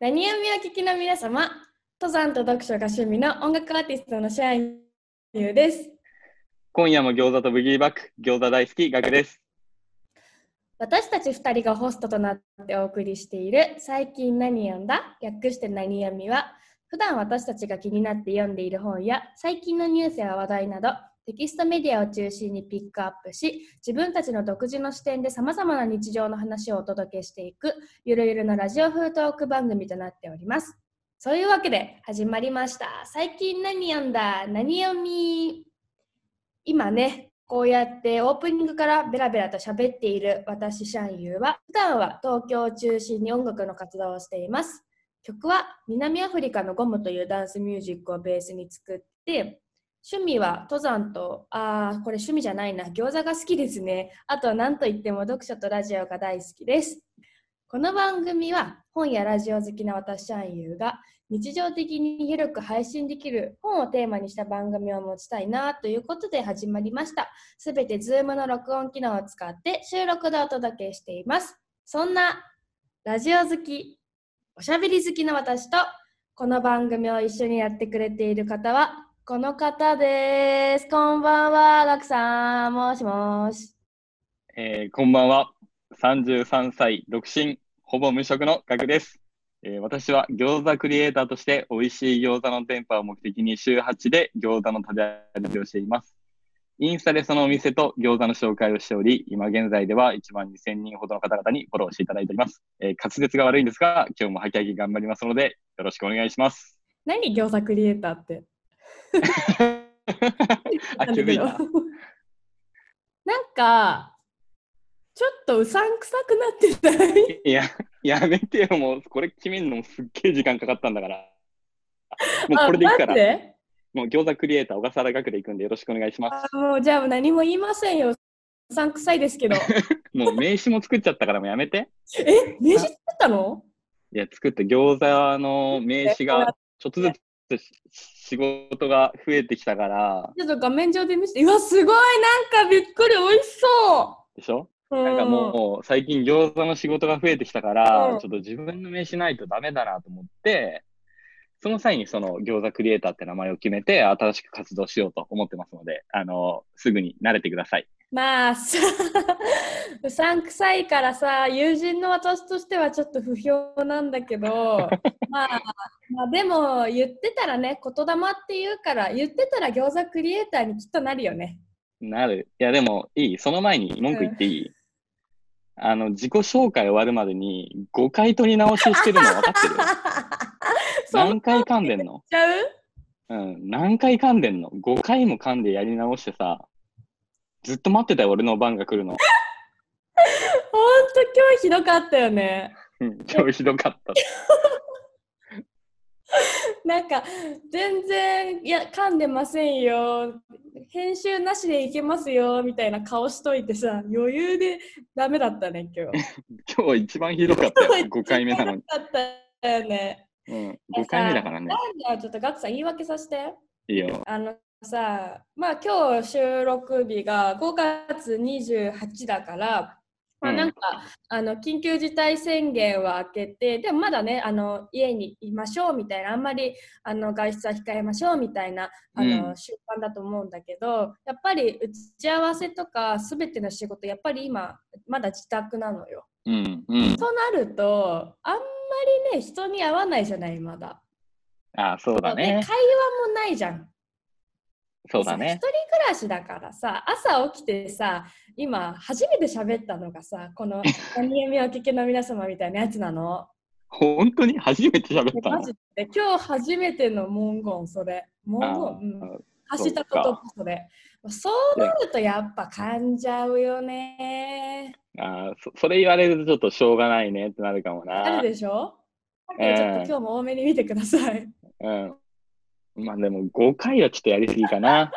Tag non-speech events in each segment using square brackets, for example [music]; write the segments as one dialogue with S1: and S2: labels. S1: 何闇を聞きの皆様、登山と読書が趣味の音楽アーティストのシャイユーです。
S2: 今夜も餃子とブギーバック、餃子大好き、ガクです。
S1: 私たち2人がホストとなってお送りしている「最近何読んだ?」略して「何読みは」普段私たちが気になって読んでいる本や最近のニュースや話題などテキストメディアを中心にピックアップし自分たちの独自の視点でさまざまな日常の話をお届けしていくゆるゆるのラジオ風トーク番組となっております。そういうわけで始まりました「最近何読んだ何読み」今ねこうやってオープニングからベラベラと喋っている私シャンユーは普段は東京を中心に音楽の活動をしています曲は南アフリカのゴムというダンスミュージックをベースに作って趣味は登山とあーこれ趣味じゃないな餃子が好きですねあとは何といっても読書とラジオが大好きですこの番組は本やラジオ好きな私シャンユーが日常的に広く配信できる本をテーマにした番組を持ちたいなということで始まりました。すべて Zoom の録音機能を使って収録でお届けしています。そんなラジオ好き、おしゃべり好きの私とこの番組を一緒にやってくれている方はこの方です。こんばんは、ガクさん。もしもし。
S2: えーこんばんは。33歳、独身、ほぼ無職のガクです。えー私は餃子クリエイターとして、美味しい餃子の店舗を目的に週8で餃子の食べ歩きをしています。インスタでそのお店と餃子の紹介をしており、今現在では1万2000人ほどの方々にフォローしていただいております。えー滑舌が悪いんですが、今日もハキハキ頑張りますので、よろしくお願いします。
S1: 何餃子クリエイターって。
S2: [laughs] あ、気づいた。
S1: [laughs] なんか、ちょっとうさんくさくなってない
S2: いや、やめてよ、もう、これ決めるのもすっげえ時間かかったんだから。 [laughs] もうこれでいくか
S1: あマジ。
S2: ら
S1: で
S2: もう餃子クリエイター、小笠原学で行くんでよろしくお願いします。
S1: あもうじゃあ何も言いませんよ。うさんくさいです
S2: [laughs]
S1: けど。
S2: もう名刺も作っちゃったからもうやめて。
S1: え、名刺作ったの
S2: いや、作った餃子の名刺が、ちょっとずつし仕事が増えてきたから、
S1: ちょっと画面上で見せて。うわ、すごいなんかびっくり、美味しそ
S2: でしょ
S1: ううん
S2: なんかもう、最近餃子の仕事が増えてきたから、
S1: うん
S2: ちょっと自分の名刺ないとダメだなと思って、その際にその餃子クリエイターって名前を決めて、新しく活動しようと思ってますので、あの、すぐに慣れてください。
S1: まあさ、 [laughs] うさんくさいからさ、友人の私としてはちょっと不評なんだけど、まあ、まあでも言ってたらね、言霊って言うから、言ってたら餃子クリエイターにきっとなるよね。
S2: なる。いや、でも、いい。その前に文句言っていい、あの、自己紹介終わるまでに5回取り直ししてるの分かってる
S1: [laughs] そう言っ
S2: 何回噛んでんの
S1: ちゃう
S2: うん。何回噛んでんの ?5 回も噛んでやり直してさ、ずっと待ってたよ、俺の番が来るの。
S1: ほんと今日ひどかったよね。
S2: うん
S1: [laughs]
S2: 今日ひどかった。
S1: なんか全然いや噛んでませんよ編集なしでいけますよみたいな顔しといてさ余裕でダメだったね今日。
S2: 今日一番ひどかった
S1: [laughs]
S2: [laughs] よ、5回目なのに。
S1: だったよね。
S2: うん、5回目だからね。
S1: じゃあちょっとガクさん言い訳させて。
S2: いいよ。
S1: あのさまあ今日収録日が5月28だから、まあ、
S2: うん
S1: なんか、あの緊急事態宣言は明けてでもまだねあの家にいましょうみたいなあんまりあの外出は控えましょうみたいなあの、
S2: うん
S1: 習慣だと思うんだけどやっぱり打ち合わせとか全ての仕事やっぱり今まだ自宅なのよ。
S2: うん、うん。
S1: となるとあんまりね人に会わないじゃないまだ。
S2: あ、そうだ
S1: で会
S2: ね
S1: 話。もないじゃん。
S2: そうだね
S1: 一。人暮らしだからさ朝起きてさ今初めて喋ったのがさこの「何夢を聞けの皆様」みたいなやつなの。
S2: 本当に初めて喋った
S1: マ
S2: の
S1: ジで今日初めての文言それ文言
S2: あ
S1: うん
S2: ー
S1: 発した言葉それそうなるとやっぱ感じゃうよね
S2: あーそそれ言われるとちょっとしょうがないねってなるかも
S1: あ
S2: な。
S1: るでしょだか
S2: ええ
S1: らちょっと今日も多めに見てください。
S2: うん。まあでも5回はちょっとやりすぎかな。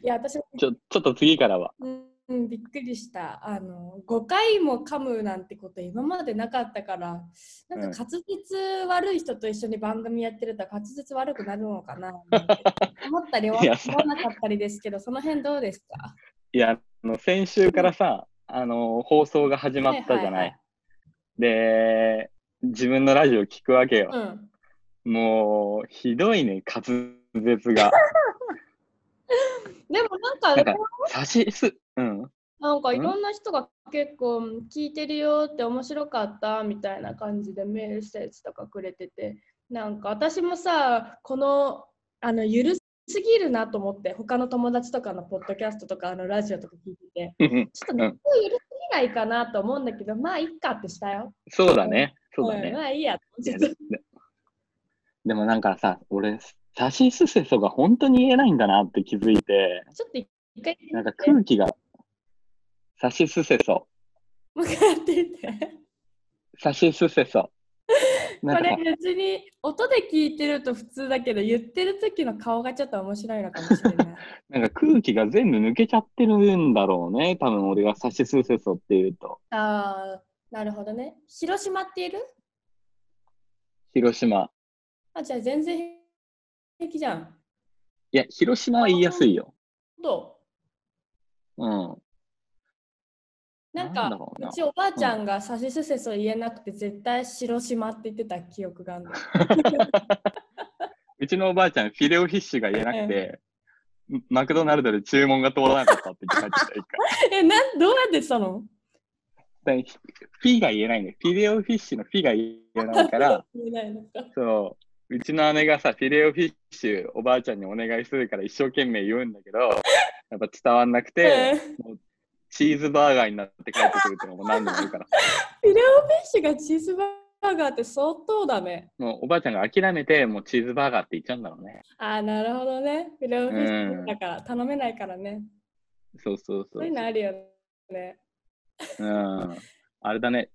S1: いや私も
S2: ちょちょっと次からは。
S1: うんうん、びっくりしたあの5回も噛むなんてこと今までなかったからなんか
S2: うん
S1: 滑舌悪い人と一緒に番組やってると滑舌悪くなるのかななんて思ったり思
S2: [laughs] いや
S1: わなかったりですけどその辺どうですか
S2: いや、あの先週からさ、あの放送が始まったじ
S1: はい
S2: ゃない。
S1: はいはい
S2: で、自分のラジオ聞くわけよ。
S1: うん。
S2: もう、ひどいね、滑舌が。
S1: でもなんか、
S2: なんか差しす、うん。
S1: なんか
S2: ん
S1: いろんな人が結構うん聞いてるよって面白かったみたいな感じでメッセージとかくれててなんか私もさこのあのゆるすぎるなと思って他の友達とかのポッドキャストとかあのラジオとか聞いてて
S2: うん
S1: ちょっと熱をゆるすぎないかなと思うんだけど、まあいっかってしたよ。
S2: そうだね。そうだ
S1: ん
S2: ね。
S1: まあいいや
S2: いやででもなんかさ、俺、差しすせそが本当に言えないんだなって気づいて、
S1: ちょっと一回
S2: なんか空気が、差しすせそ、
S1: 向かってみて。
S2: 差しすせそ。
S1: こ
S2: なんか
S1: れ
S2: さ、
S1: 別に音で聞いてると普通だけど言ってる時の顔がちょっと面白いのかもしれない。
S2: なんか空気が全部抜けちゃってるんだろうね。多分俺が差しすせそって言うと。
S1: ああ、なるほどね。広島っている
S2: 広島。
S1: あ、じゃあ全然平気じゃん。
S2: いや、広島は言いやすいよ。
S1: ど
S2: うん。
S1: うなん
S2: な
S1: か
S2: んだろうな
S1: うちおばあちゃんがさしすせそ言えなくて絶対広島って言ってた記憶があるの。
S2: うちのおばあちゃん、フィレオフィッシュが言えなくて、マクドナルドで注文が通らなかったって言って帰ってきた、一回。
S1: え、なんどうやってしたの
S2: だからフィが言えないね。フィレオフィッシュのフィが言えないから、
S1: [laughs] 言えないのか。
S2: そう、うちの姉がさ、フィレオフィッシュおばあちゃんにお願いするから一生懸命言うんだけど、やっぱ伝わんなくて、
S1: えー
S2: チーズバーガーになって帰ってくるってのも何度もあるから、
S1: フィレオフィッシュがチーズバーガーって相当だね。
S2: もうおばあちゃんが諦めて、もうチーズバーガーって言っちゃうんだろうね。
S1: ああ、なるほどね。フィレオフィッシュだから頼めないからね。
S2: そうそうそ
S1: そう
S2: う
S1: いう。のあるよね。
S2: うん。あれだね、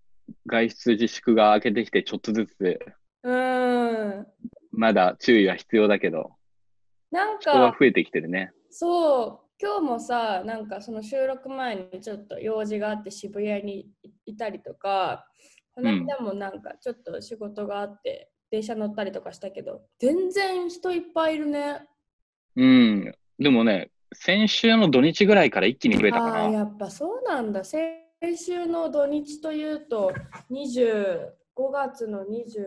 S2: 外出自粛が明けてきてちょっとずつ、
S1: うーん。
S2: まだ注意は必要だけど、
S1: なん
S2: 人が
S1: か。
S2: 増えてきてるね。
S1: そう、今日もさ、なんかその収録前にちょっと用事があって渋谷にいたりとか、この
S2: うん
S1: 間もなんかちょっと仕事があって、電車乗ったりとかしたけど、全然人いっぱいいるね。
S2: うん。でもね、先週の土日ぐらいから一気に増えたか
S1: ああー、
S2: な。
S1: やっぱそうなんだ。先週の土日というと、25月の20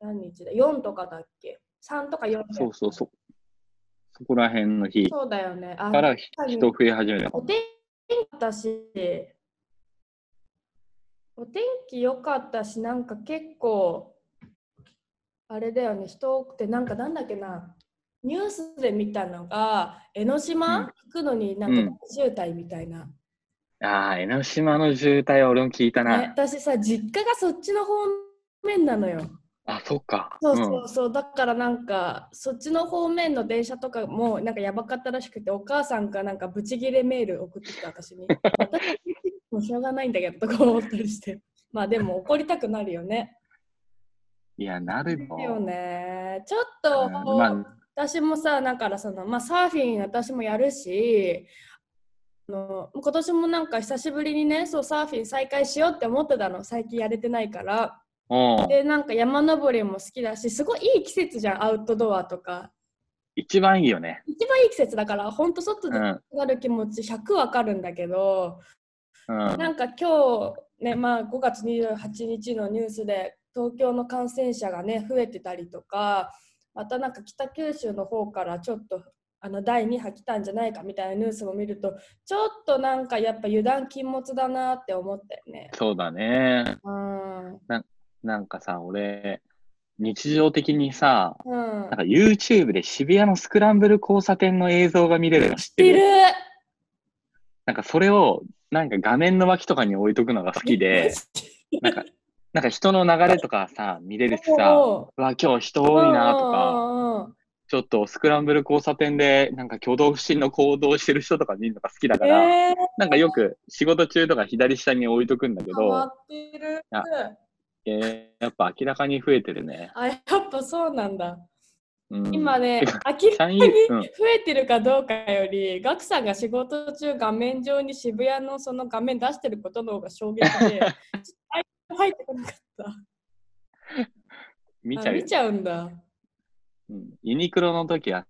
S1: 何日だ ?4 とかだっけ ?3 とか4だよね
S2: そうそうそう。そこら辺の日
S1: そうだよね。あ
S2: からひ
S1: 確かに
S2: 人増え始めたか
S1: お
S2: も。
S1: 天気良かったし、お天気良かったし、なんか結構、あれだよね、人多くて、なんかなんだっけな、ニュースで見たのが、江ノ島、
S2: うん
S1: 行くのにな
S2: うん
S1: んか大渋滞みたいな、
S2: ああ、江ノ島の渋滞は俺も聞いたな。
S1: ね私さ、実家がそっちの方面なのよ。
S2: あ、そっか。
S1: そうそうそう、だからなんか、そっちの方面の電車とかも、なんかやばかったらしくて、お母さんがなんかブチギレメール送ってきた私
S2: [laughs]
S1: に。私もしょうがないんだけど、とか思ったりして。まあでも怒りたくなるよね。
S2: うん、いや、なるよ。
S1: よね。ちょっと、
S2: うんまあ
S1: 私もさ、だからその、まあサーフィン私もやるし、あの今年もなんか久しぶりにね、そうサーフィン再開しようって思ってたの、最近やれてないから。
S2: うん。
S1: でなんか山登りも好きだしすごいいい季節じゃんアウトドアとか
S2: 一番いいよね。
S1: 一番いい季節だからほんと外
S2: う
S1: で
S2: ん。
S1: なる気持ち100わかるんだけど、
S2: うん。
S1: なんか今日ねまあ5月28日のニュースで東京の感染者がね増えてたりとかまたなんか北九州の方からちょっとあの第2波来たんじゃないかみたいなニュースも見るとちょっとなんかやっぱ油断禁物だなって思ったよね。
S2: そうだね。
S1: うん、
S2: なんかさ、俺、日常的にさ、
S1: うん
S2: なんか YouTube で渋谷のスクランブル交差点の映像が見れるの知っ
S1: 知って
S2: てる
S1: る
S2: なんかそれを、なんか画面の脇とかに置いとくのが好きで、なんか、なんか人の流れとかさ、見れるしさ、
S1: おうおう
S2: うわ、今日人多いなとか、
S1: か。
S2: ちょっとスクランブル交差点で、なんか挙動不審の行動してる人とか見るのが好きだから、
S1: えー、
S2: なんかよく仕事中とか左下に置いとくんだけ
S1: 変わ
S2: ど、
S1: ってる。
S2: あえーやっぱ明らかに増えてるね。
S1: あ、やっぱそうなんだ。
S2: うん、
S1: 今ね、 [laughs]
S2: てか
S1: 明らかに
S2: 三遊うん
S1: 増えてるかどうかより、ガクさんが仕事中画面上に渋谷のその画面出してることの方が衝
S2: [laughs]
S1: 撃で、ちょっと入ってこなかった。
S2: 見ち
S1: あ
S2: ゃう
S1: 見
S2: よ、
S1: ちゃうんだ。
S2: うんユニクロの時は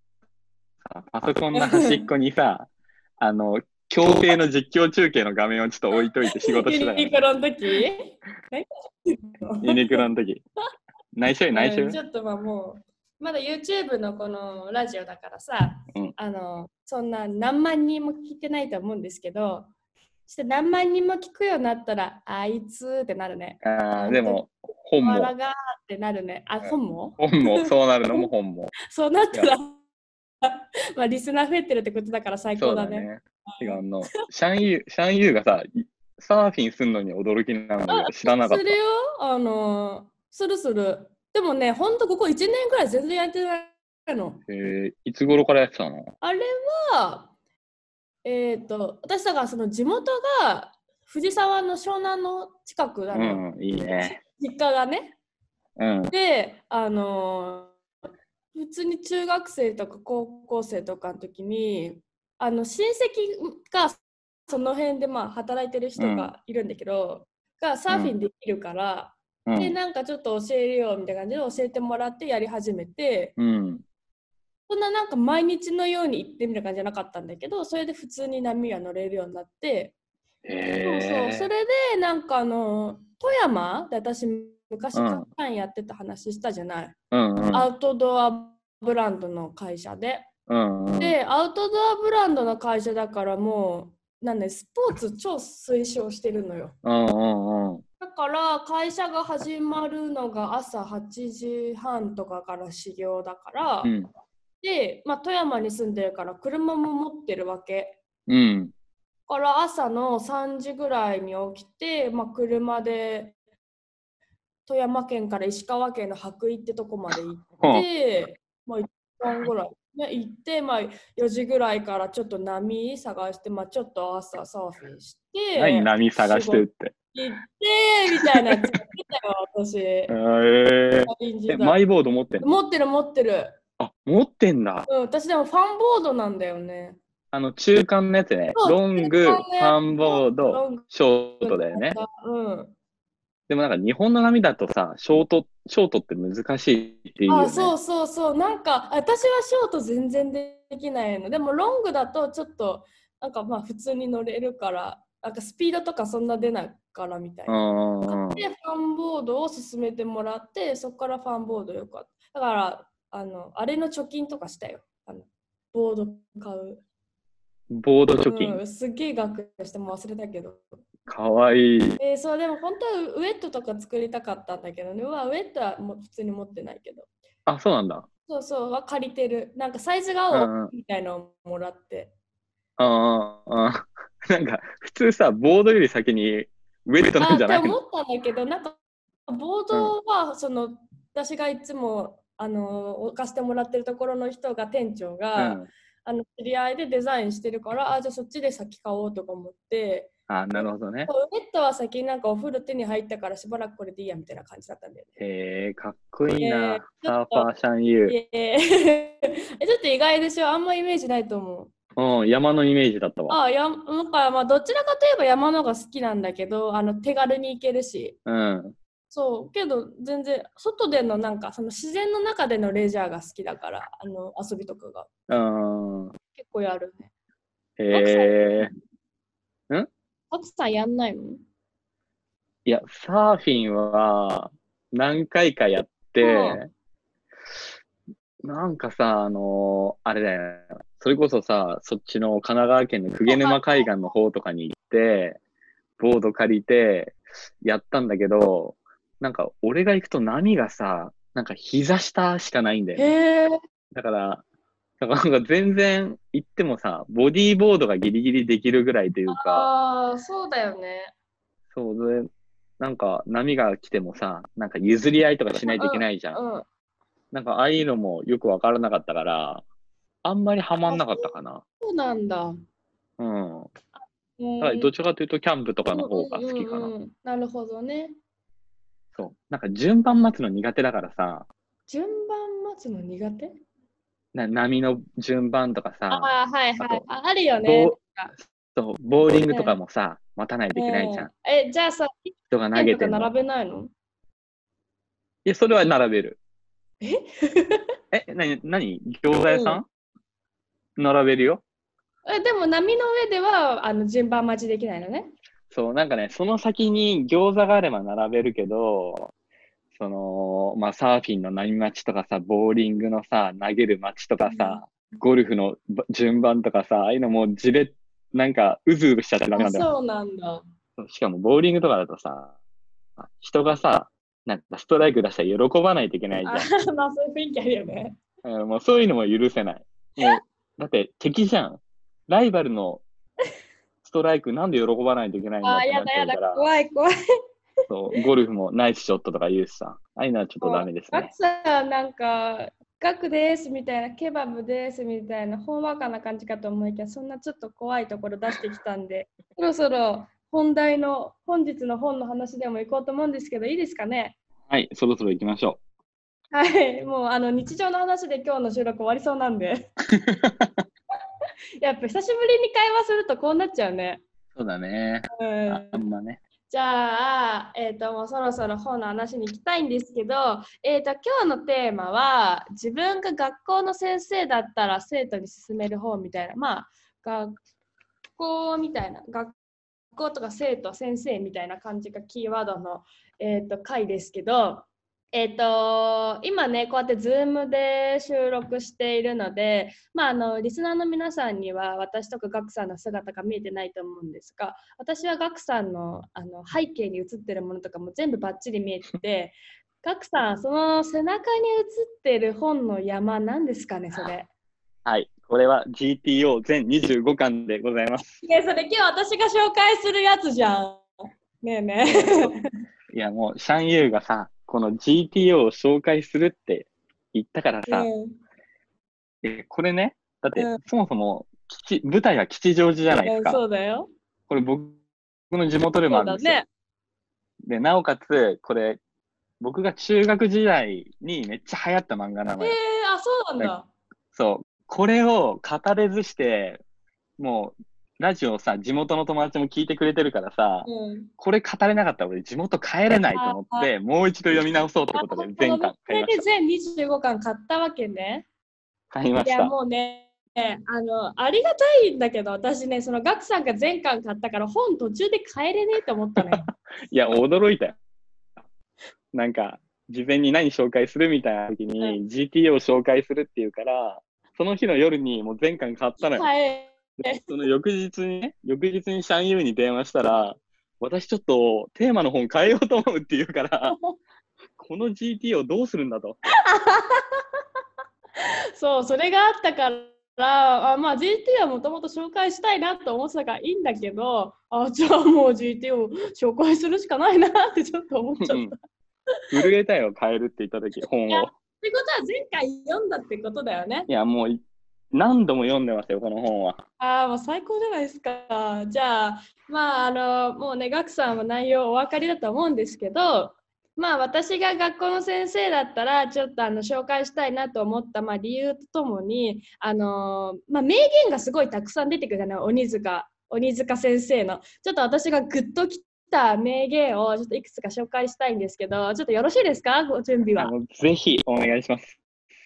S2: さ、パソコンの端っこにさ、あの、競艇の実況中継の画面をちょっと置いといて仕事してた
S1: ユ
S2: から
S1: ニクロの時
S2: ユニクロの時。内緒よ、内緒
S1: う
S2: よ
S1: んち。ょっとまあもう、まだ YouTube のこのラジオだからさ、
S2: うん
S1: あの、そんな何万人も聞いてないと思うんですけど、して何万人も聞くようになったら、あいつってなるね。
S2: あーでも、本
S1: わら
S2: も、
S1: がーってなるね。あ、本も
S2: 本も、そうなるのも本も。
S1: そうなったら、まあリスナー増えてるってことだから [laughs] 最
S2: そ
S1: 高
S2: う
S1: だ
S2: だ
S1: ね。
S2: ね。てか、あの、シャンユー、シャンユーがさ、いサーフィンするのに驚きなんだけど、知らなかっ
S1: するよ、あの、するする。でもね、ほんとここ1年ぐらい全然やってないの。
S2: た。えー、いつ頃からやってたの
S1: あれは、えっ、と、私だからその地元が藤沢の湘南の近くな
S2: う
S1: のよ、
S2: ん、いいね。
S1: 実家がね。
S2: うん。
S1: で、あのー普通に中学生とか高校生とかの時に、あの親戚がその辺でまあ働いてる人がいるんだけど、がサーフィンできるから、
S2: う
S1: で、
S2: ん。
S1: なんかちょっと教えるよみたいな感じで教えてもらってやり始めて、
S2: うん。
S1: そんななんか毎日のように行ってみたいな感じじゃなかったんだけどそれで普通に波が乗れるようになって、
S2: へ
S1: そうそうそ
S2: え。
S1: れでなんかあの富山で私昔カッカンやってた話したじゃない、
S2: うんうん。
S1: アウトドアブランドの会社で、
S2: うんうん。
S1: でアウトドアブランドの会社だからもうなんでスポーツ超推奨してるのよ
S2: うんうんうん。
S1: だから会社が始まるのが朝8時半とかから始業だから、
S2: うん。
S1: で、まあ、富山に住んでるから車も持ってるわけ
S2: うん。
S1: だから朝の3時ぐらいに起きて、まあ、車で富山県から石川県の白衣ってとこまで行っ
S2: ほ
S1: て、まあ、1時間ぐらい、ね、行って、まあ、4時ぐらいからちょっと波探して、まあ、ちょっと朝サーフィンして
S2: う何波探してるって。
S1: 行ってみたいな [laughs] やつやってたよ私
S2: あーえ
S1: 臨時
S2: ーえ、
S1: 代
S2: マイボード持ってんの
S1: 持ってる持ってる、
S2: あ、持ってんだ。
S1: うん、私でもファンボードなんだよね
S2: あの、中間のやつね。
S1: そう
S2: ロング、フ
S1: 中間のやつ
S2: ァンボード、
S1: ロング
S2: ショートだよね。
S1: うん
S2: でもなんか日本の波だとさ、ショート、ショートって難しいっていうよね。
S1: あそうそうそうなんか私はショート全然できないのでもロングだとちょっとなんかまあ普通に乗れるからなんかスピードとかそんな出ないからみたいな、
S2: うんうんうん。
S1: でファンボードを勧めてもらってそこからファンボードよかっただからあのあれの貯金とかしたよあのボード買う
S2: ボード貯金。
S1: うん、すっげえ額しても忘れたけど
S2: かわいい。
S1: えー、そうでも本当はウェットとか作りたかったんだけどねうわウェットはもう普通に持ってないけど
S2: あ、そうなんだ。
S1: そうそう、は借りてる。なんかサイズが
S2: うんう
S1: 合
S2: ん
S1: うみたいなのをもらって。
S2: ああ、ああ。なん [laughs] か、普通さ、ボードより先にウェットな
S1: あ、
S2: ん
S1: っ
S2: じゃ
S1: て
S2: ない
S1: 思
S2: の
S1: ったんだけど、なんかボードは、その、私がいつも、あの、置かしてもらってるところの人が、店長
S2: う
S1: が、
S2: ん。
S1: あの、知り合いでデザインしてるから、あ、じゃあそっちで先買おうとか思って、
S2: あ、なるほどね。
S1: そうウェットは先になんかお風呂手に入ったからしばらくこれでいいやみたいな感じだったんだよね。
S2: へえ、かっこいい
S1: えー
S2: な。
S1: ち
S2: サ
S1: ょっ
S2: ーフ
S1: と
S2: ァーシャンユー。
S1: いええ、ちょっと意外でしょあんまイメージないと思う。
S2: うん、山のイメージだったわ。
S1: あやなんかまあどちらかといえば山のが好きなんだけどあの手軽に行けるし
S2: うん。
S1: そうけど全然外でのなんかその自然の中でのレジャーが好きだからあの遊びとかが
S2: うん。
S1: 結構やるね
S2: へえ。
S1: あつさんやんないの
S2: いや、サーフィンは何回かやって、
S1: う
S2: なんかさ、あのあれだよね。それこそさ、そっちの神奈川県の鵠沼海岸の方とかに行って、ボード借りて、やったんだけど、なんか俺が行くと波がさ、なんか膝下しかないんだよね。
S1: へえ
S2: だから、だからなんか全然行ってもさ、ボディーボードがギリギリできるぐらいというか、
S1: ああそうだよね
S2: そうで、なんか波が来てもさ、なんか譲り合いとかしないといけないじゃん。
S1: うん
S2: なんかああいうのもよくわからなかったから、あんまりハマんなかったかな。
S1: そうなんだ
S2: うん。
S1: うん
S2: だからどちらかというとキャンプとかの方が好きか
S1: うんうん
S2: な。
S1: うんなるほどね
S2: そう。なんか順番待つの苦手だからさ、
S1: 順番待つの苦手
S2: な波の順番とかさ、
S1: ああーはいは
S2: あ
S1: い
S2: と
S1: ああるよね
S2: ボそうボーリングとかもさ、待たないといけないじゃん。
S1: うんえじゃあさ
S2: 人が投げ
S1: 剣と
S2: て
S1: か
S2: んの。
S1: 並べ
S2: い
S1: ないの
S2: や、それは並べる。
S1: え [laughs]
S2: え、なに、なに餃子屋さん並べるよ。
S1: えでも波の上ではあの順番待ちできないのね。
S2: そう、なんかね、その先に餃子があれば並べるけど、その、まあ、サーフィンの何待ちとかさ、ボーリングのさ、投げる待ちとかさ、ゴルフのば順番とかさ、ああいうのもうじれ、なんか、うずうずしちゃってダメな
S1: あ
S2: んだよ。
S1: そうなんだ。
S2: しかも、ボーリングとかだとさ、人がさ、なんかストライク出したら喜ばないといけないじゃん
S1: あ。 [laughs] まあそういう雰囲気あるよね。
S2: うんもうそういうのも許せない。
S1: [laughs]
S2: もう、だって敵じゃん。ライバルのストライクなんで喜ばないといけないんだ
S1: あ
S2: っ
S1: ー
S2: てな
S1: や
S2: っ
S1: だ
S2: ちゃ
S1: や
S2: う
S1: だ
S2: から、
S1: 怖い怖い。
S2: そうゴルフもナイスショットとか言うしさ、ああいうのはちょっとダメです
S1: あ
S2: ね。
S1: さなんか額ですみたいなケバブですみたいなほんわかな感じかと思いきやそんなちょっと怖いところ出してきたん
S2: [laughs]
S1: でそろそろ本題の本日の本の話でも行こうと思うんですけどいいですかね
S2: はい、そろそろ行きましょ
S1: はいもうあの日常の話で今日の収録終わりそうなん
S2: [laughs]
S1: でやっぱ久しぶりに会話するとこうなっちゃうね
S2: う。そうだね。
S1: うん
S2: んまね。
S1: じゃあ、えー、ともうそろそろ本の話に行きたいんですけど、えー、と今日のテーマは自分が学校の先生だったら生徒に勧める本みたいなまあ学校みたいな学校とか生徒先生みたいな感じがキーワードの、えー、と回ですけど、えー、と今ねこうやって Zoom で収録しているので、まあ、あのリスナーの皆さんには私とかガクさんの姿が見えてないと思うんですが私はガクさんのあの背景に映ってるものとかも全部バッチリ見えてて [laughs] ガクさんその背中に映ってる本の山何ですかねそれ。
S2: はい、これは GTO 全25巻でございます。
S1: いやそれ今日私が紹介するやつじゃん。ねえねえ。
S2: いや、もう、シャンユーがさ、この GTO を紹介するって言ったからさ、えこれね、だって、
S1: うん
S2: そもそも吉舞台は吉祥寺じゃないですか。
S1: そうだよ。
S2: これ僕の地元でも
S1: そ
S2: あ
S1: う
S2: るん
S1: だ
S2: ですよ。
S1: ね。
S2: で、なおかつ、これ、僕が中学時代にめっちゃ流行った漫画な
S1: え
S2: の
S1: ー
S2: よ。、
S1: あそうなんだ。
S2: そう。これを語れずして、もう、ラジオさ、地元の友達も聞いてくれてるからさ、
S1: うん。
S2: これ語れなかったら俺地元帰れないと思って、もう一度読み直そうってことで、全巻
S1: こ
S2: 買い
S1: れ
S2: まし
S1: で全25巻買ったわけね。
S2: た。買いま
S1: い
S2: し
S1: や
S2: た。
S1: もうねあのありがたいんだけど私ねそのガクさんが全巻買ったから本途中で買えれねえと思ったの
S2: [laughs]
S1: よ
S2: いや、驚いたよ。なんか、事前に何紹介するみたいな時に、GTO を紹介するっていうから、その日の夜にもう全巻買ったのよ。
S1: 買え
S2: でその翌日にね、翌日にシャンユーに電話したら、私ちょっとテーマの本変えようと思うって言うから、この GT をどうするんだと。
S1: そうそれがあったからあまあ GT はもともと紹介したいなと思ってたからいいんだけどあじゃあもう GT を紹介するしかないなってちょっと思っちゃった。
S2: うん震えたよ、変えるって言った時、本
S1: いやっ
S2: を。
S1: てことは前回読んだってことだよね。
S2: いや、もうい何度も読んでますよ、この本は。
S1: ああ、もう最高じゃないですか。じゃあ、まあ、あの、もうね、ガクさんは内容お分かりだと思うんですけど、まあ、私が学校の先生だったら、ちょっとあの紹介したいなと思った、まあ、理由とともに、あの、まあ、名言がすごいたくさん出てくるじゃない、鬼塚、鬼塚先生の。ちょっと私がグッときた名言を、ちょっといくつか紹介したいんですけど、ちょっとよろしいですか、ご準備は
S2: あ。のぜひお願いします。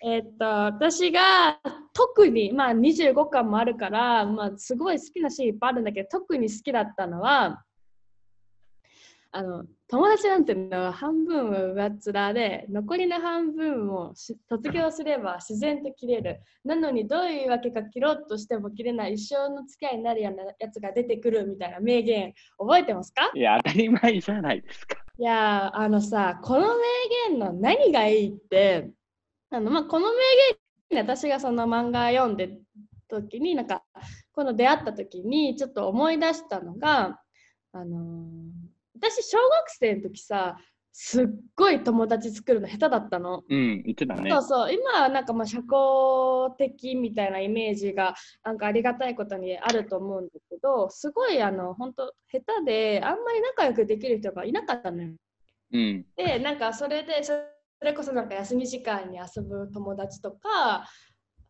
S1: えっと私が特に、まあ、25巻もあるから、まあ、すごい好きなシーンいっぱいあるんだけど特に好きだったのはあの友達なんていうのは半分は上っ面で残りの半分をし卒業すれば自然と切れるなのにどういうわけか切ろうとしても切れない一生の付き合いになるようなやつが出てくるみたいな名言覚えてますか
S2: いや、当たり前じゃないですか。
S1: いやーあのさこの名言の何がいいってあの、まあ、この名言で私がその漫画読んでた時になんかこの出会った時にちょっと思い出したのが、あのー私小学生の時さすっごい友達作るの下手だったの。
S2: うん、言ってたね
S1: そう。そう今はなんかまあ社交的みたいなイメージがなんかありがたいことにあると思うんだけどすごいあの本当下手であんまり仲良くできる人がいなかったのよ。
S2: うん。
S1: でなんかそれでそそれこそなんか休み時間に遊ぶ友達とか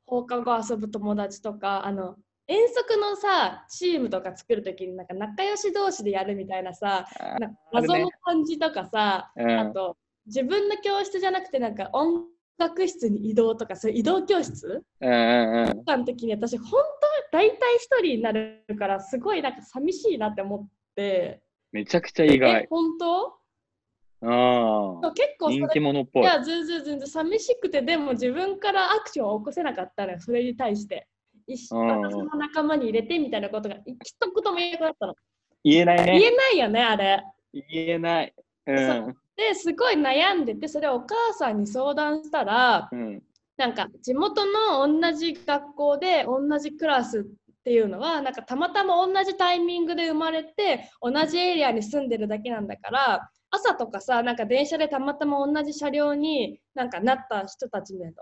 S1: 放課後遊ぶ友達とかあの遠足のさチームとか作る時になんか仲良し同士でやるみたいなさ
S2: あ
S1: なんか
S2: あるね
S1: 謎の感じとかさ
S2: う
S1: あ
S2: ん、
S1: と自分の教室じゃなくてなんか音楽室に移動とかそういう移動教室
S2: うん、うんうん。
S1: とかの時に私本当大体一人になるからすごいなんか寂しいなって思って
S2: めちゃくちゃ意
S1: え
S2: 外。
S1: 本当
S2: あ
S1: そう
S2: あ。
S1: 結構それ
S2: 人気者っぽ
S1: い
S2: い。
S1: や全然全然寂しくてでも自分からアクションを起こせなかったのよそれに対して一緒
S2: うんうん
S1: 私の仲間に入れてみたいなことが一言も言えなくなったの
S2: 言えない
S1: 言
S2: ね。
S1: えないよねあれ
S2: 言えない。う
S1: そ
S2: ん。
S1: ですごい悩んでてそれをお母さんに相談したら
S2: うん。
S1: なんか地元の同じ学校で同じクラスっていうのはなんかたまたま同じタイミングで生まれて同じエリアに住んでるだけなんだから朝とかさなんか電車でたまたま同じ車両になんかなった人たちみたいな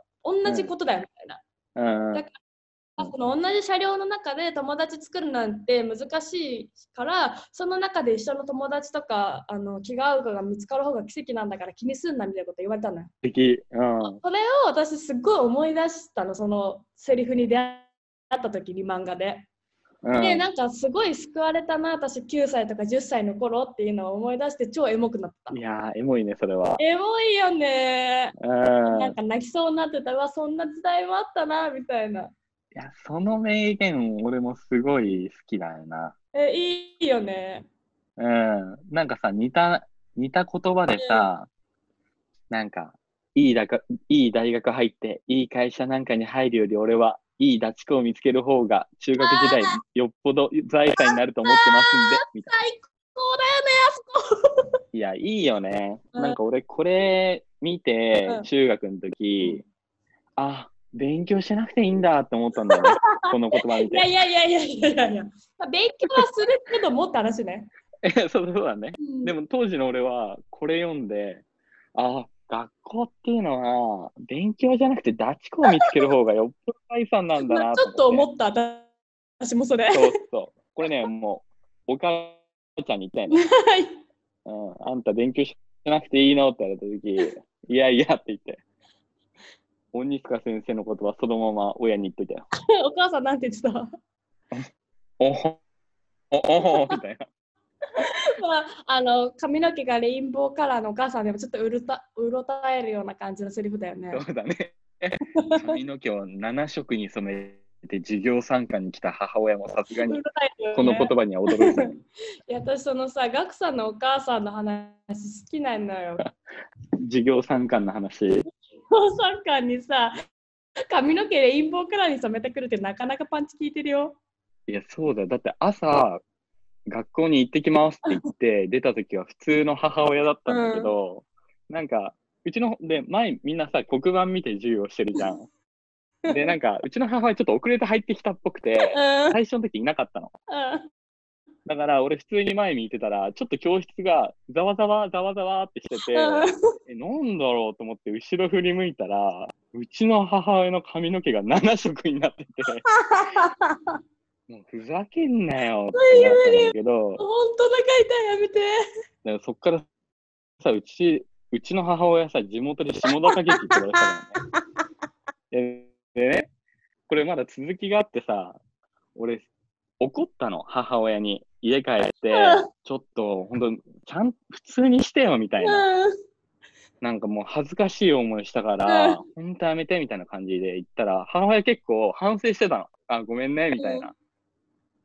S1: 同じことだよみたいな、
S2: うん。
S1: だあその同じ車両の中で友達作るなんて難しいからその中で一緒の友達とかあの気が合う子が見つかる方が奇跡なんだから気にすんなみたいなこと言われたのよ。
S2: 素敵。うん。
S1: それを私すっごい思い出したのそのセリフに出会った時に漫画で。
S2: うん
S1: でなんかすごい救われたな私9歳とか10歳の頃っていうのを思い出して超エモくなった
S2: い。やー、エモいね、それは。
S1: エモいよね
S2: う
S1: なんん。か泣きそうになってたうわそんな時代もあったなみたいない
S2: や、その名言、俺もすごい好きだよな。
S1: えいいよね
S2: うん。なんかさ、似た、似た言葉でさ、なんか、いいだか、いい大学入って、いい会社なんかに入るより俺は、いいダチ子を見つける方が、中学時代、よっぽど財産になると思ってますんで、みたい
S1: 最高だよね
S2: な。いや、いいよね。
S1: うん
S2: なんか俺、これ見て
S1: う、ん
S2: 中学の時、あ、勉強しなくていいんだって思ったんだよ
S1: [laughs]
S2: ね。この言葉見
S1: いや
S2: て。
S1: いやいやいやいやいやいや、まあ、勉強はするけどもって話ね。
S2: [laughs] そうそうだね。で
S1: も、
S2: も当時の俺はこれ読んで、あ学校っていうのは勉強じゃなくてダチ子を見つける方がよっぽど財産なんだ
S1: [laughs] ま
S2: な
S1: あ、ちょっと
S2: っ
S1: 思った私もそれ。 [laughs]
S2: て。
S1: はい
S2: そうそう。これね、もうお母ちゃんに言ったよね。うん、あんた勉強しなくていいのって言われた時、いやいやって言って。鬼塚先生の言葉そのまま親に言っといたよ。
S1: お母さんなんて言ってたま
S2: おほおおほみたいな。
S1: ああの髪の毛がレインボーカラーのお母さんでもちょっとうるたうろたえるような感じのセリフだよね。
S2: そうだね。髪の毛を7色に染めて授業参観に来た母親もさすが
S1: う
S2: に
S1: ろたえるよね
S2: この言葉には驚いた。
S1: いや私そのさガクさんのお母さんの話好きなのよ。
S2: 授業参観の話。
S1: お父さん感にさ髪の毛レインボーカラーに染めてくるってなかなかパンチ効いてるよ。
S2: いや、そうだよ。だって朝、学校に行ってきますって言って、出た時は普通の母親だったんだけど、なんか、うちの、で、前みんなさ、黒板見て授業してるじゃん。で、なんか、うちの母親ちょっと遅れて入ってきたっぽくて、
S1: うん
S2: 最初の時いなかったの。
S1: う
S2: だから、俺普通に前見てたら、ちょっと教室がざわざわざわざわってしてて、
S1: んうん
S2: え、なんだろうと思って後ろ振り向いたら、うちの母親の髪の毛が7色になってて、もうふざけんなよってなったんだけど、
S1: 本当だか痛いやめて
S2: だからそっからさ、うち、うちの母親さ、地元で下田景樹って言われた
S1: [laughs]
S2: のね。ででね、これまだ続きがあってさ、俺、怒ったの、母親に。家帰って
S1: うん、
S2: ちょっと、ほんと、ちゃん、普通にしてよ、みたいな。
S1: う
S2: なんかもう恥ずかしい思いしたから
S1: う、
S2: 本当やめてみたいな感じで言ったら、母親結構反省してたの。あ、ごめんね、みたいな。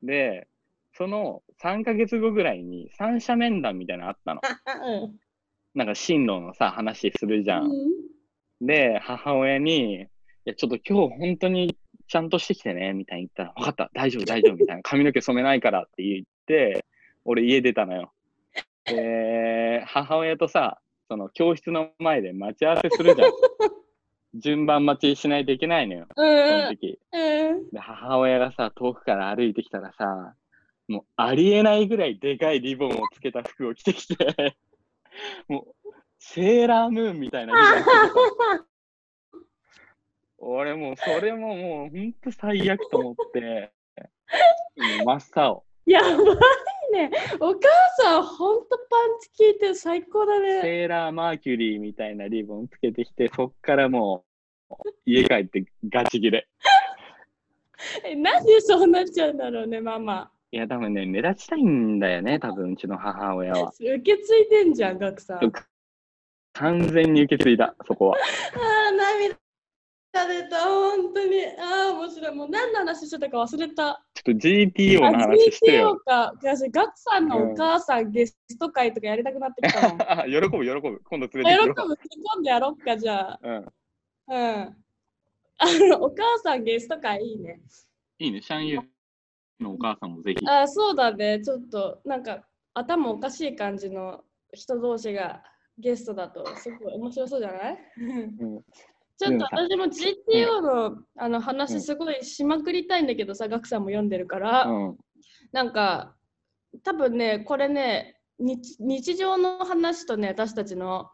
S2: で、その3ヶ月後ぐらいに三者面談みたいなのあったの。
S1: ん
S2: なんか進路のさ、話するじゃ。
S1: うん
S2: で、母親に、いや、ちょっと今日本当にちゃんとしてきてね、みたいに言ったら、分かった、大丈夫、大丈夫、みたいな。髪の毛染めないからって言って、俺家出たのよ。で、母親とさ、その教室の前で待ち合わせするじゃん。順番待ちしないといけないのよ、
S1: うん
S2: そ
S1: うん
S2: の時。
S1: うん
S2: で、母親がさ、遠くから歩いてきたらさ、もうありえないぐらいでかいリボンをつけた服を着てきて、もうセーラームーンみたいなリボンをつけてさ俺もうそれももう本当最悪と思って、 [laughs] もう真っ青。
S1: やばいねお母さんほんとパンチ効いて最高だね
S2: セーラーマーキュリーみたいなリボンつけてきて、そっからもう家帰ってガチ切れ。
S1: えなんでそうなっちゃうんだろうねママ
S2: いや、多分ね、目立ちたいんだよね、多分うちの母親は。
S1: 受け継いでんじゃんガクさんあ
S2: 完全に受け継いだ、そこは。
S1: ー涙出た、本当に。ああ、面白い。もう何の話してたか忘れた。
S2: ちょっと GTO
S1: あ
S2: の話して
S1: GTO
S2: よ。
S1: か。私、ガクさんのお母さん、ゲスト会とかやりたくなってき
S2: [laughs]
S1: たもん。あ
S2: 喜ぶ、喜ぶ。今度連れて
S1: 喜ぶ、
S2: く
S1: 喜
S2: るわ。
S1: ぶ今度やろっか、じゃあ。
S2: うん、
S1: うん。あの、お母さんゲスト会いいね。
S2: いいね、シャンユーのお母さんもぜひ。
S1: あーそうだね、ちょっとなんか頭おかしい感じの人同士がゲストだとすごい面白そうじゃない
S2: うん
S1: [laughs] ちょっと私も GTO の,、あの
S2: う
S1: 話
S2: ん
S1: すごいしまくりたいんだけどさ、ガクさんも読んでるから、
S2: うん
S1: なんか多分ね、これね日、日常の話とね、私たちの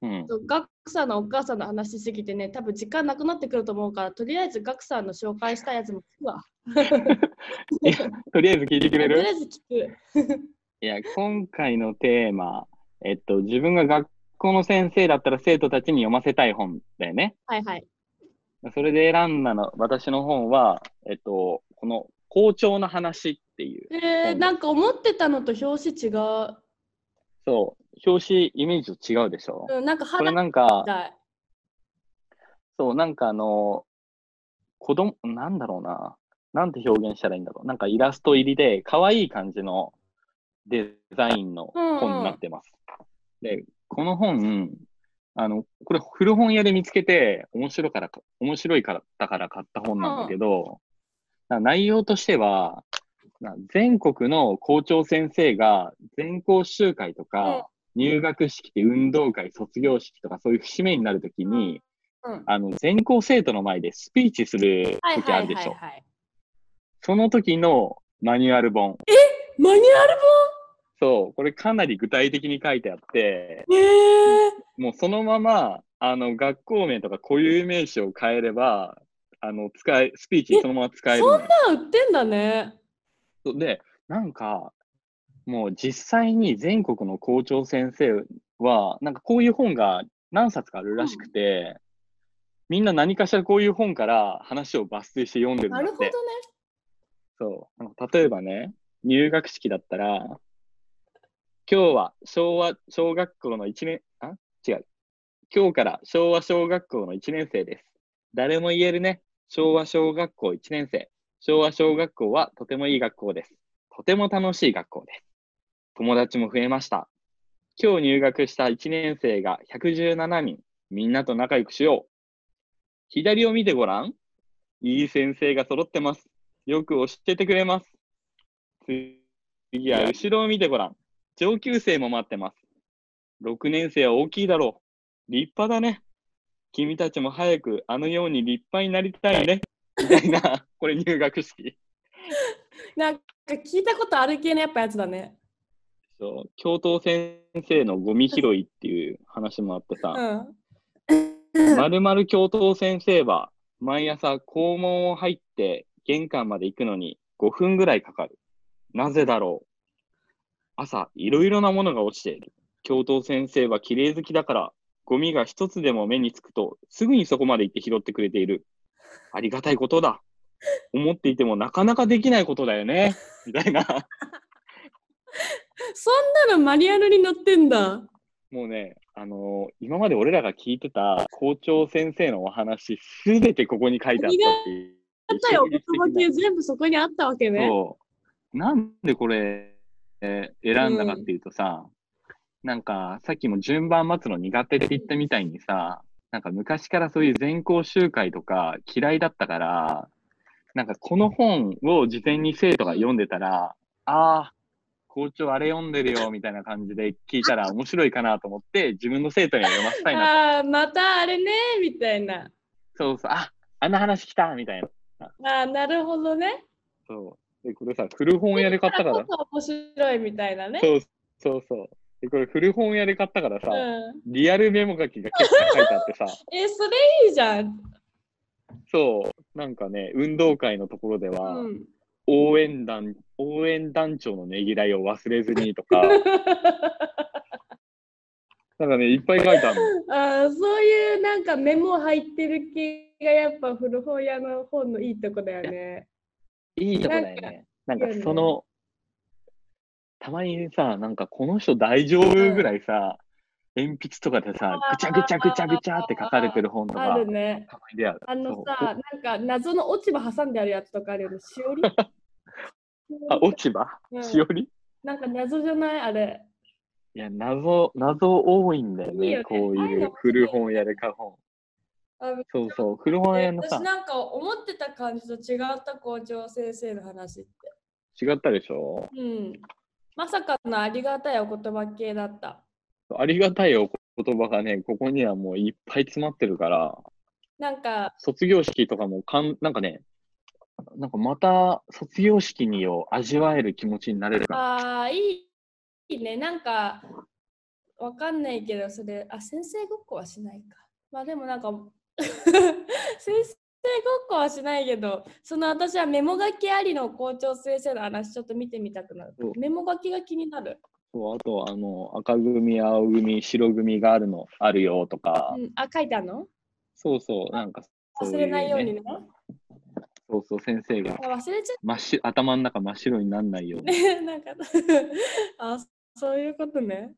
S2: うん
S1: ガクさんのお母さんの話しすぎてね、多分時間なくなってくると思うから、とりあえずガクさんの紹介したいやつも聞くわ。
S2: いやとりあえず聞いてくれ
S1: とりあ
S2: る
S1: えず聞く。
S2: いや、今回のテーマ、えっと、自分が学校の先生だったら生徒たちに読ませたい本だよね。
S1: はいはい。
S2: それで選んだの、私の本は、えっと、この校長の話っていう。
S1: えー、なんか思ってたのと表紙違う。
S2: そう、表紙イメージと違うでしょ。
S1: うん、なんか
S2: これ
S1: 肌み
S2: なんか、
S1: たい。
S2: そう、なんかあの、子供、なんだろうな。なんて表現したらいいんだろう。なんかイラスト入りで、可愛い感じのデザインの本になってます。で、この本、あの、これ古本屋で見つけて、面白からか、面白いからだから買った本なんだけど、な内容としては、な全国の校長先生が全校集会とか、入学式、運動会、卒業式とか、そういう節目になるときに、
S1: うん。
S2: あの、全校生徒の前でスピーチする
S1: はい
S2: 時
S1: は
S2: あ
S1: い
S2: るで
S1: はい
S2: しょ。
S1: はい。
S2: その時のマニュアル本。
S1: マニュアル
S2: そう、これかなり具体的に書いてあって、
S1: 本え
S2: もうそのまま、あの、学校名とか固有名詞を変えれば、あの、使え、スピーチにそのまま使えるのよ
S1: ー、売ってんだね。
S2: そうで、なんか、もう実際に全国の校長先生は、なんかこういう本が何冊かあるらしくて、みんな何かしらこういう本から話を抜粋して読んでるん
S1: な
S2: だって。
S1: るほどね。
S2: そう。あの例えばね、入学式だったら、今日は昭和小学校の1年、あ違う。今日から昭和小学校の1年生です。誰も言えるね。昭和小学校1年生。昭和小学校はとてもいい学校です。とても楽しい学校です。友達も増えました。今日入学した1年生が117人。みんなと仲良くしよう。左を見てごらん。いい先生が揃ってます。よく教えてくれます。次は後ろを見てごらん。上級生も待ってます。6年生は大きいだろう。立派だね。君たちも早くあのように立派になりたいね。みたいな、これ入学式。
S1: なんか聞いたことある系のやっぱやつだね。
S2: そう教頭先生のゴミ拾いっていう話もあって
S1: う
S2: さ、
S1: ん。
S2: まるまる教頭先生は毎朝校門を入って玄関まで行くのに5分ぐらいかかる。なぜだろう朝いろいろなものが落ちている。教頭先生は綺麗好きだからゴミが一つでも目につくとすぐにそこまで行って拾ってくれている。ありがたいことだ。思っていてもなかなかできないことだよね。みたいな。
S1: そんなのマニュアルに載ってんだ。
S2: もうね、あのー今まで俺らが聞いてた校長先生のお話、すべてここに書いてあったっていう。
S1: あったよ、お言葉系全部そこにあったわけね。
S2: そう。なんでこれ、えー選んだかっていうとさ、なんかさっきも順番待つの苦手って言ったみたいにさ、なんか昔からそういう全校集会とか嫌いだったから、なんかこの本を事前に生徒が読んでたら、ああ、校長あれ読んでるよみたいな感じで聞いたら面白いかなと思って、自分の生徒には読ませたいなと
S1: ああ、またあれね、みたいな。
S2: そうそう、ああんな話来たみたいな。
S1: ああ、なるほどね。
S2: そう。で、これさ、古本屋で買ったから。
S1: だこそ面白いみたいなね。
S2: [laughs] そうそうそう。で、これ古本屋で買ったからさ、
S1: うん、
S2: リアルメモ書きが結構書いてあ [laughs] ってさ、
S1: え、それいいじゃん。
S2: そう、なんかね、運動会のところでは、
S1: うん。
S2: 応援団、応援団長のねぎらいを忘れずにと [laughs] か、なんかね、いっぱい書いてあるの。
S1: あーそういうなんかメモ入ってる系がやっぱ古本屋の本のいいとこだよね。
S2: いいとこだよね。なんかその、たまにさ、なんかこの人大丈夫ぐらいさ、鉛筆とかでさ、ぐちゃぐちゃぐちゃぐちゃって書かれてる本と
S3: あ
S2: か、
S3: るね。
S2: たまに出会う。
S3: あの
S2: そう
S3: さ、なんか謎の落ち葉挟んであるやつとかあるよね。しおり
S2: [laughs] あ、落ち葉
S3: うん
S2: しおり
S3: なんか謎じゃないあれ。
S2: いや、謎、謎多いんだよ
S3: いいよ
S2: ね
S3: ね、
S2: こう
S3: ああいう
S2: い
S3: の
S2: う古本屋で買う本。
S1: あめっ
S2: そうそう、古本屋のさ
S1: 私、なんか思ってた感じと違った校長先生の話って。
S2: 違ったでしょ
S1: うん。まさかのありがたいお言葉系だった。
S2: ありがたいお言葉がね、ここにはもういっぱい詰まってるから、
S1: なんか、
S2: 卒業式とかもかん、なんかね、なんかまた卒業式にを味わえる気持ちになれるから。
S1: ああ、いいいいね。なんか、わかんないけど、それ、あ、先生ごっこはしないか。まあでもなんか、 [laughs] 先生ごっこはしないけど、その私はメモ書きありの校長先生の話ちょっと見てみたくなる
S2: そう。
S1: メモ書きが気になる。
S2: そうあと、あの、赤組、青組、白組があるの、あるよとか
S1: う、ん、あ、書いてあるの
S2: そうそう、なんかそう
S1: 忘
S2: いう、ね、
S1: れないようにね。
S2: そうそう、先生が
S1: あ忘れちゃ
S2: 真っ白頭の中真っ白にならないように。
S1: ね [laughs] なんかあそういうことね。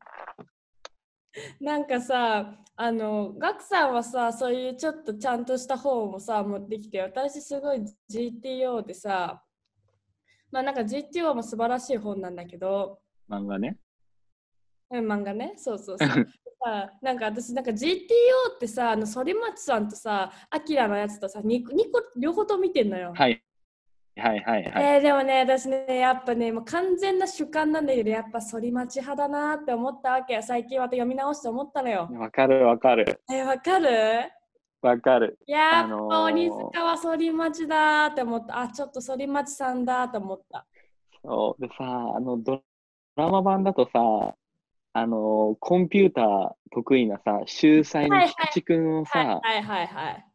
S1: なんかさあのガクさんはさそういうちょっとちゃんとした本をさ持ってきて私すごい GTO でさまあなんか GTO も素晴らしい本なんだけど
S2: 漫画ね。
S1: うん漫画ねそうそうそうさなんか私なんか GTO ってさあの反町さんとさアキラのやつとさ 2, 個両方と見てんのよ。
S2: はい。はいはいはい。
S1: えーでもね、私ね、やっぱね、もう完全な主観なんだけど、やっぱ反町派だなって思ったわけ。最近また読み直して思ったのよ。
S2: わかるわかる。
S1: えーわかる
S2: わかる。
S1: や
S2: あ
S1: っ
S2: の
S1: ぱ
S2: ー
S1: 鬼塚は反町だって思った。あ、ちょっと反町さんだと思った。
S2: そうでさ、あのドラマ版だとさ、あのコンピューター得意なさ、秀才の菊池くんをさ、
S1: はいはいはいはい。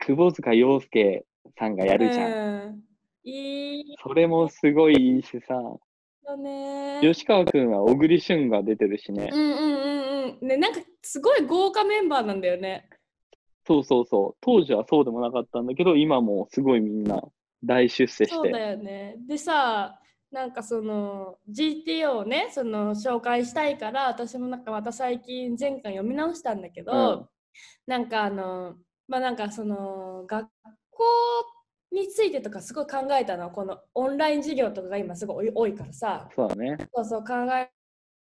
S2: 窪塚洋介さんがやるじゃん。
S1: うん。いい
S2: それもすごいいいしさ、
S1: よね。
S2: 吉川くんは小栗旬が出てるしね
S1: う。んうんうんうん。ね、なんかすごい豪華メンバーなんだよね。
S2: そうそうそう。当時はそうでもなかったんだけど、今もうすごいみんな大出世し
S1: そう
S2: て。
S1: だよね。でさ、なんかその GTO をね、その紹介したいから、私もなんかまた最近前回読み直したんだけど、
S2: うん
S1: なんかあの、まあなんかその学校についてとかすごい考えたの、このオンライン授業とかが今すごい多いからさ、
S2: そうだね。
S1: そうそう考え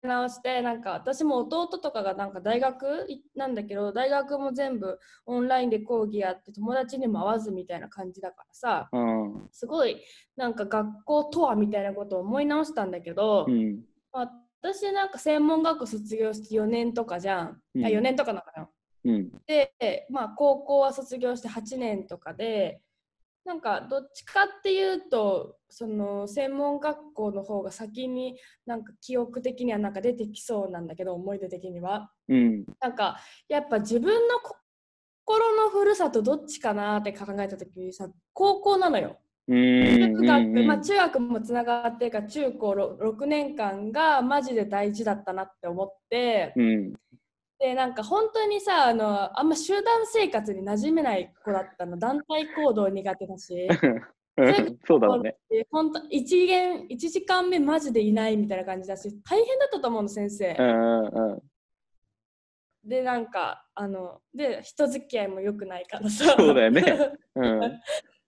S1: 直してなんか私も弟とかがなんか大学いなんだけど大学も全部オンラインで講義やって友達にも会わずみたいな感じだからさ
S2: うん。う
S1: すごいなんか学校とはみたいなことを思い直したんだけど、
S2: ん。
S1: まあ私なんか専門学校卒業して4年とかじゃん、
S2: うん
S1: あ4年とかなのよ。
S2: うん。
S1: で、まあ、高校は卒業して8年とかでなんかどっちかっていうとその専門学校の方が先になんか記憶的にはなんか出てきそうなんだけど思い出的には。
S2: うん。
S1: なんかやっぱ自分の心のふるさとどっちかなって考えた時にさ高校なのよ。
S2: うん。
S1: 中学、まあ、中学もつながってるから中高 6, 年間がマジで大事だったなって思って
S2: うん。
S1: でなんか本当にさあのあんま集団生活に馴染めない子だったの団体行動苦手だし
S2: うん [laughs] そうだろうね。
S1: で本当一限一時間目マジでいないみたいな感じだし大変だったと思うの先生
S2: う。んうんうん。
S1: でなんかあので人付き合いも良くないからさ
S2: そうだよねうん。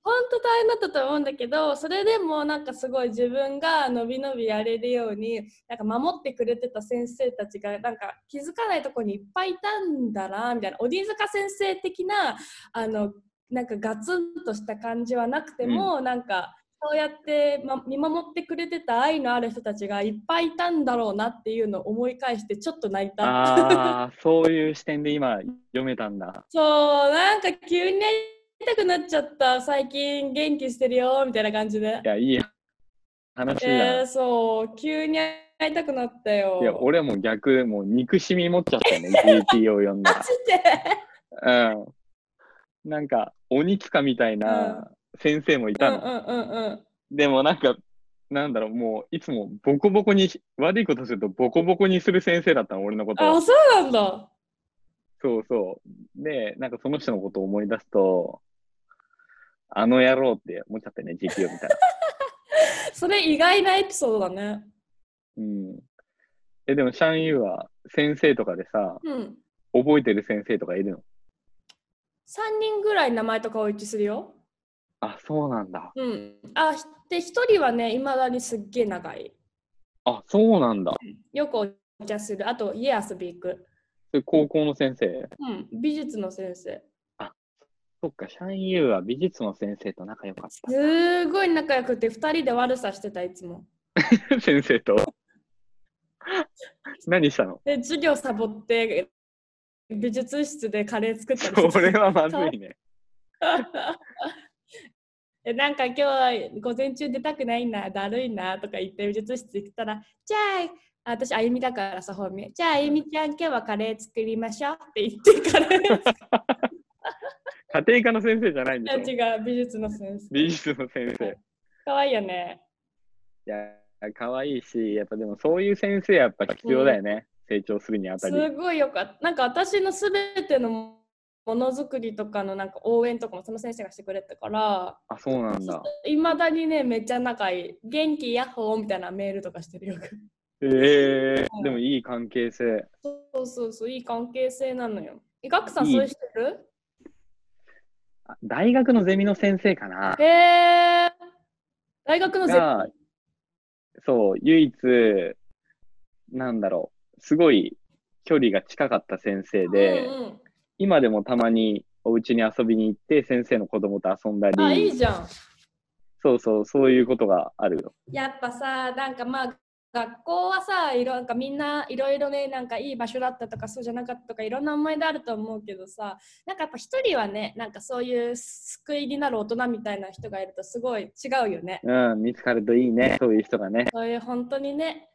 S1: 本当大変だったと思うんだけどそれでもなんかすごい自分がのびのびやれるようになんか守ってくれてた先生たちがなんか気づかないとこにいっぱいいたんだなみたいな鬼塚先生的なあのなんかガツンとした感じはなくても、なんかそうやって、ま、見守ってくれてた愛のある人たちがいっぱいいたんだろうなっていうのを思い返してちょっと泣いた。
S2: ああ、そういう視点で今読めたんだ。
S1: そうなんか急にやりたくなっちゃった最近元気してるよみたいな感じで
S2: い。や、いい話だ。
S1: えー、そう、急に会いたくなったよ。
S2: いや、俺も逆、もう憎しみ持っちゃった
S1: [laughs]
S2: ね、GT を読ん
S1: マ
S2: だ
S1: ジで
S2: ら。うん。なんか、鬼塚みたいな先生もいたの。
S1: うんうんうんうん。
S2: でもなんか、なんだろう、もう、いつもボコボコに、悪いことするとボコボコにする先生だったの、俺のこと
S1: あ、
S2: を。
S1: そうなんだ。
S2: そうそう。で、なんかその人のことを思い出すと、あの野郎って思っちゃってね、GT を見た [laughs] ら。
S1: それ意外なエピソードだね。
S2: うん。え、でも、シャンユーは先生とかでさ、
S1: うん。
S2: 覚えてる先生とかいるの
S1: 3人ぐらい名前とかを一致するよ。
S2: あ、そうなんだ。
S1: うん。あ、ひで、1人はね、いまだにすっげえ長い。
S2: あ、そうなんだ。
S1: よくお茶する。あと、家遊び行く。
S2: それ高校の先生
S1: うん。美術の先生。
S2: そっか、シャンユーは美術の先生と仲良かっ
S1: すーごい仲良くて、2人で悪さしてた、いつも。
S2: [laughs] た。先生と。何した [laughs] の
S1: で、授業サボって、美術室でカレー作ったりしてた
S2: それはまずいね。
S1: えなんか今日は午前中出たくないな、だるいなとか言って美術室行ったら、じゃあ、あ私、あゆみだからさ、本名。じゃあ、あゆみちゃん、今日はカレー作りましょうって言って [laughs] カレー作っ
S2: 家庭科の先生じゃないんで
S1: た
S2: しょ
S1: 違う、美術の先
S2: [laughs]
S1: 生。
S2: 美術の先生。い
S1: かわいいよね。
S2: や、可愛いし、やっぱでもそういう先生やっぱ必要だよね。成長するにあた
S1: す
S2: り。
S1: ごいよかった。なんか私のすべてのものづくりとかのなんか応援とかもその先生がしてくれたから、
S2: あ、そうなんだ。
S1: いまだにね、めっちゃ仲いい。元気やっほーみたいなメールとかしてるよ。
S2: [laughs] えー、でもいい関係性。
S1: そうそうそう、いい関係性なのよ。え、ガクさん、
S2: いい
S1: そうしてる
S2: あ大学のゼミの先生かな
S1: へえー。大学のゼ
S2: が、そう、唯一、なんだろう、すごい距離が近かった先生
S1: ミ
S2: で、
S1: うん
S2: 今でもたまにお家に遊びに行って、先生の子供と遊んだ
S1: うん、あ、いい
S2: り、
S1: じゃん。
S2: そうそう、そういうことがあるよ。
S1: やっぱさ、なんかまあ、学校はさ、いろなんかみんないろいろね、なんかいい場所だったとかそうじゃなかったとかいろんな思い出あると思うけどさ、なんかやっぱ一人はね、なんかそういう救いになる大人みたいな人がいるとすごい違うよね。
S2: うん、見つかるといいね、そういう人がね。
S1: そういう本当にね。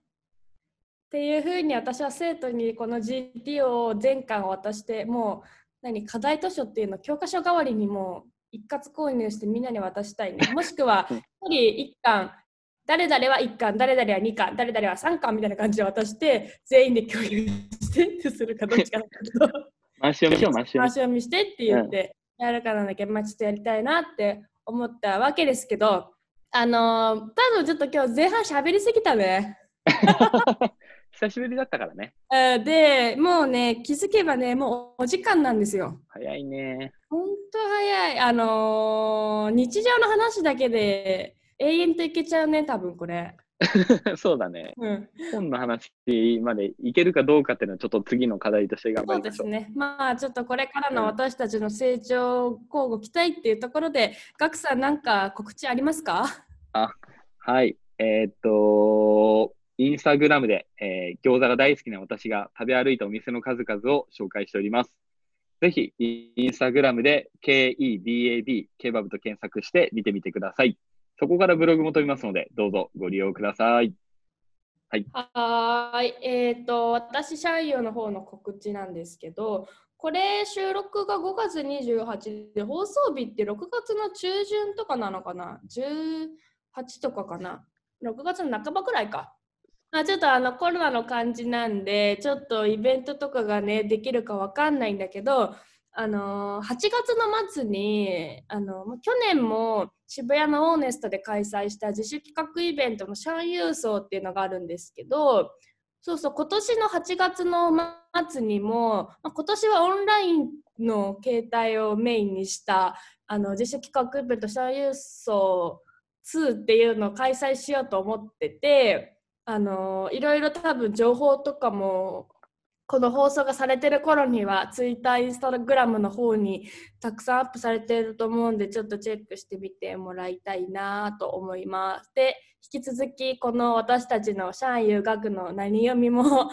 S1: っていうふうに私は生徒にこの GT を全巻渡してもう何課題図書っていうの教科書代わりにもう一括購入してみんなに渡した
S2: [laughs]
S1: いね。もしくは
S2: うん
S1: 1人1巻誰々は1巻誰々は2巻誰々は3巻みたいな感じで渡して全員で共有してってするかどっちかなんだけど
S2: [laughs] 回し読みしよう、回し読
S1: 話
S2: み。
S1: し読みしてって言ってやるかなんだけど、まあ、ちょっとやりたいなって思ったわけですけどあのー多分ちょっと今日前半喋りすぎたね。
S2: 久しぶりだったからね。
S1: えーで、もうね、気づけばね、もうお時間なんですよ。
S2: 早いね。 [laughs]
S1: ほんと早い。あのー日常の話だけで永遠といけちゃうね、多分これ。
S2: そうだね。
S1: うん、
S2: 本の話までいけるかどうかっていうのは、ちょっと次の課題として頑
S1: そ
S2: 張
S1: う
S2: り
S1: で
S2: ますしょう。
S1: ね。まあ、ちょっとこれからの私たちの成長を交互期待っていうところで、ガクさん、なんか告知ありますか
S2: はい。えーっと、インスタグラムで、えー餃子が大好きな私が食べ歩いたお店の数々を紹介しております。ぜひ、イインスタグラムで KEBAB、ケバブと検索して見てみてください。そこからブログも飛びますので、どうぞご利用ください。
S1: はーい、えっ、と、私、シャイオの方の告知なんですけど、これ、収録が5月28で、放送日って6月の中旬とかなのかな ?18 とかかな ?6 月の半ばくらいか。まあ、ちょっとあのコロナの感じなんで、ちょっとイベントとかがね、できるかわかんないんだけど、あのー8月の末に、あのまあ去年も渋谷のオーネストで開催した自主企画イベントのシャンユーソーっていうのがあるんですけどそうそう今年の8月の末にも、まあ今年はオンラインの形態をメインにしたあの自主企画イベントシャンユーソー2っていうのを開催しようと思っててあのいろいろ多分情報とかもこの放送がされてる頃にはツイッターインスタグラムの方にたくさんアップされてると思うんでちょっとチェックしてみてもらいたいなと思います。で引き続きこの私たちのシャン遊学の何読みも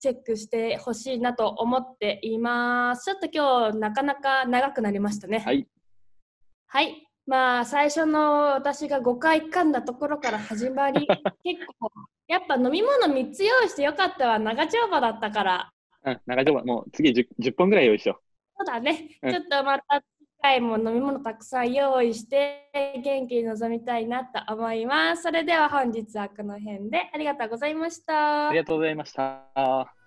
S1: チェックしてほしいなと思っています。ちょっと今日なかなか長くなりましたね。
S2: はい。
S1: はい。まあ、最初の私が5回噛んだところから始ま
S2: [laughs]
S1: り、結構、やっぱ飲み物3つ用意してよかったわ。長丁場だったから。
S2: うん、中条はもう次 10, 10本ぐらい用意しよ
S1: そうだね。
S2: うん
S1: ちょっとまた次回も飲み物たくさん用意して、元気に臨みたいなと思います。それでは本日はこの辺でありがとうございました。
S2: う。ありがとうございました。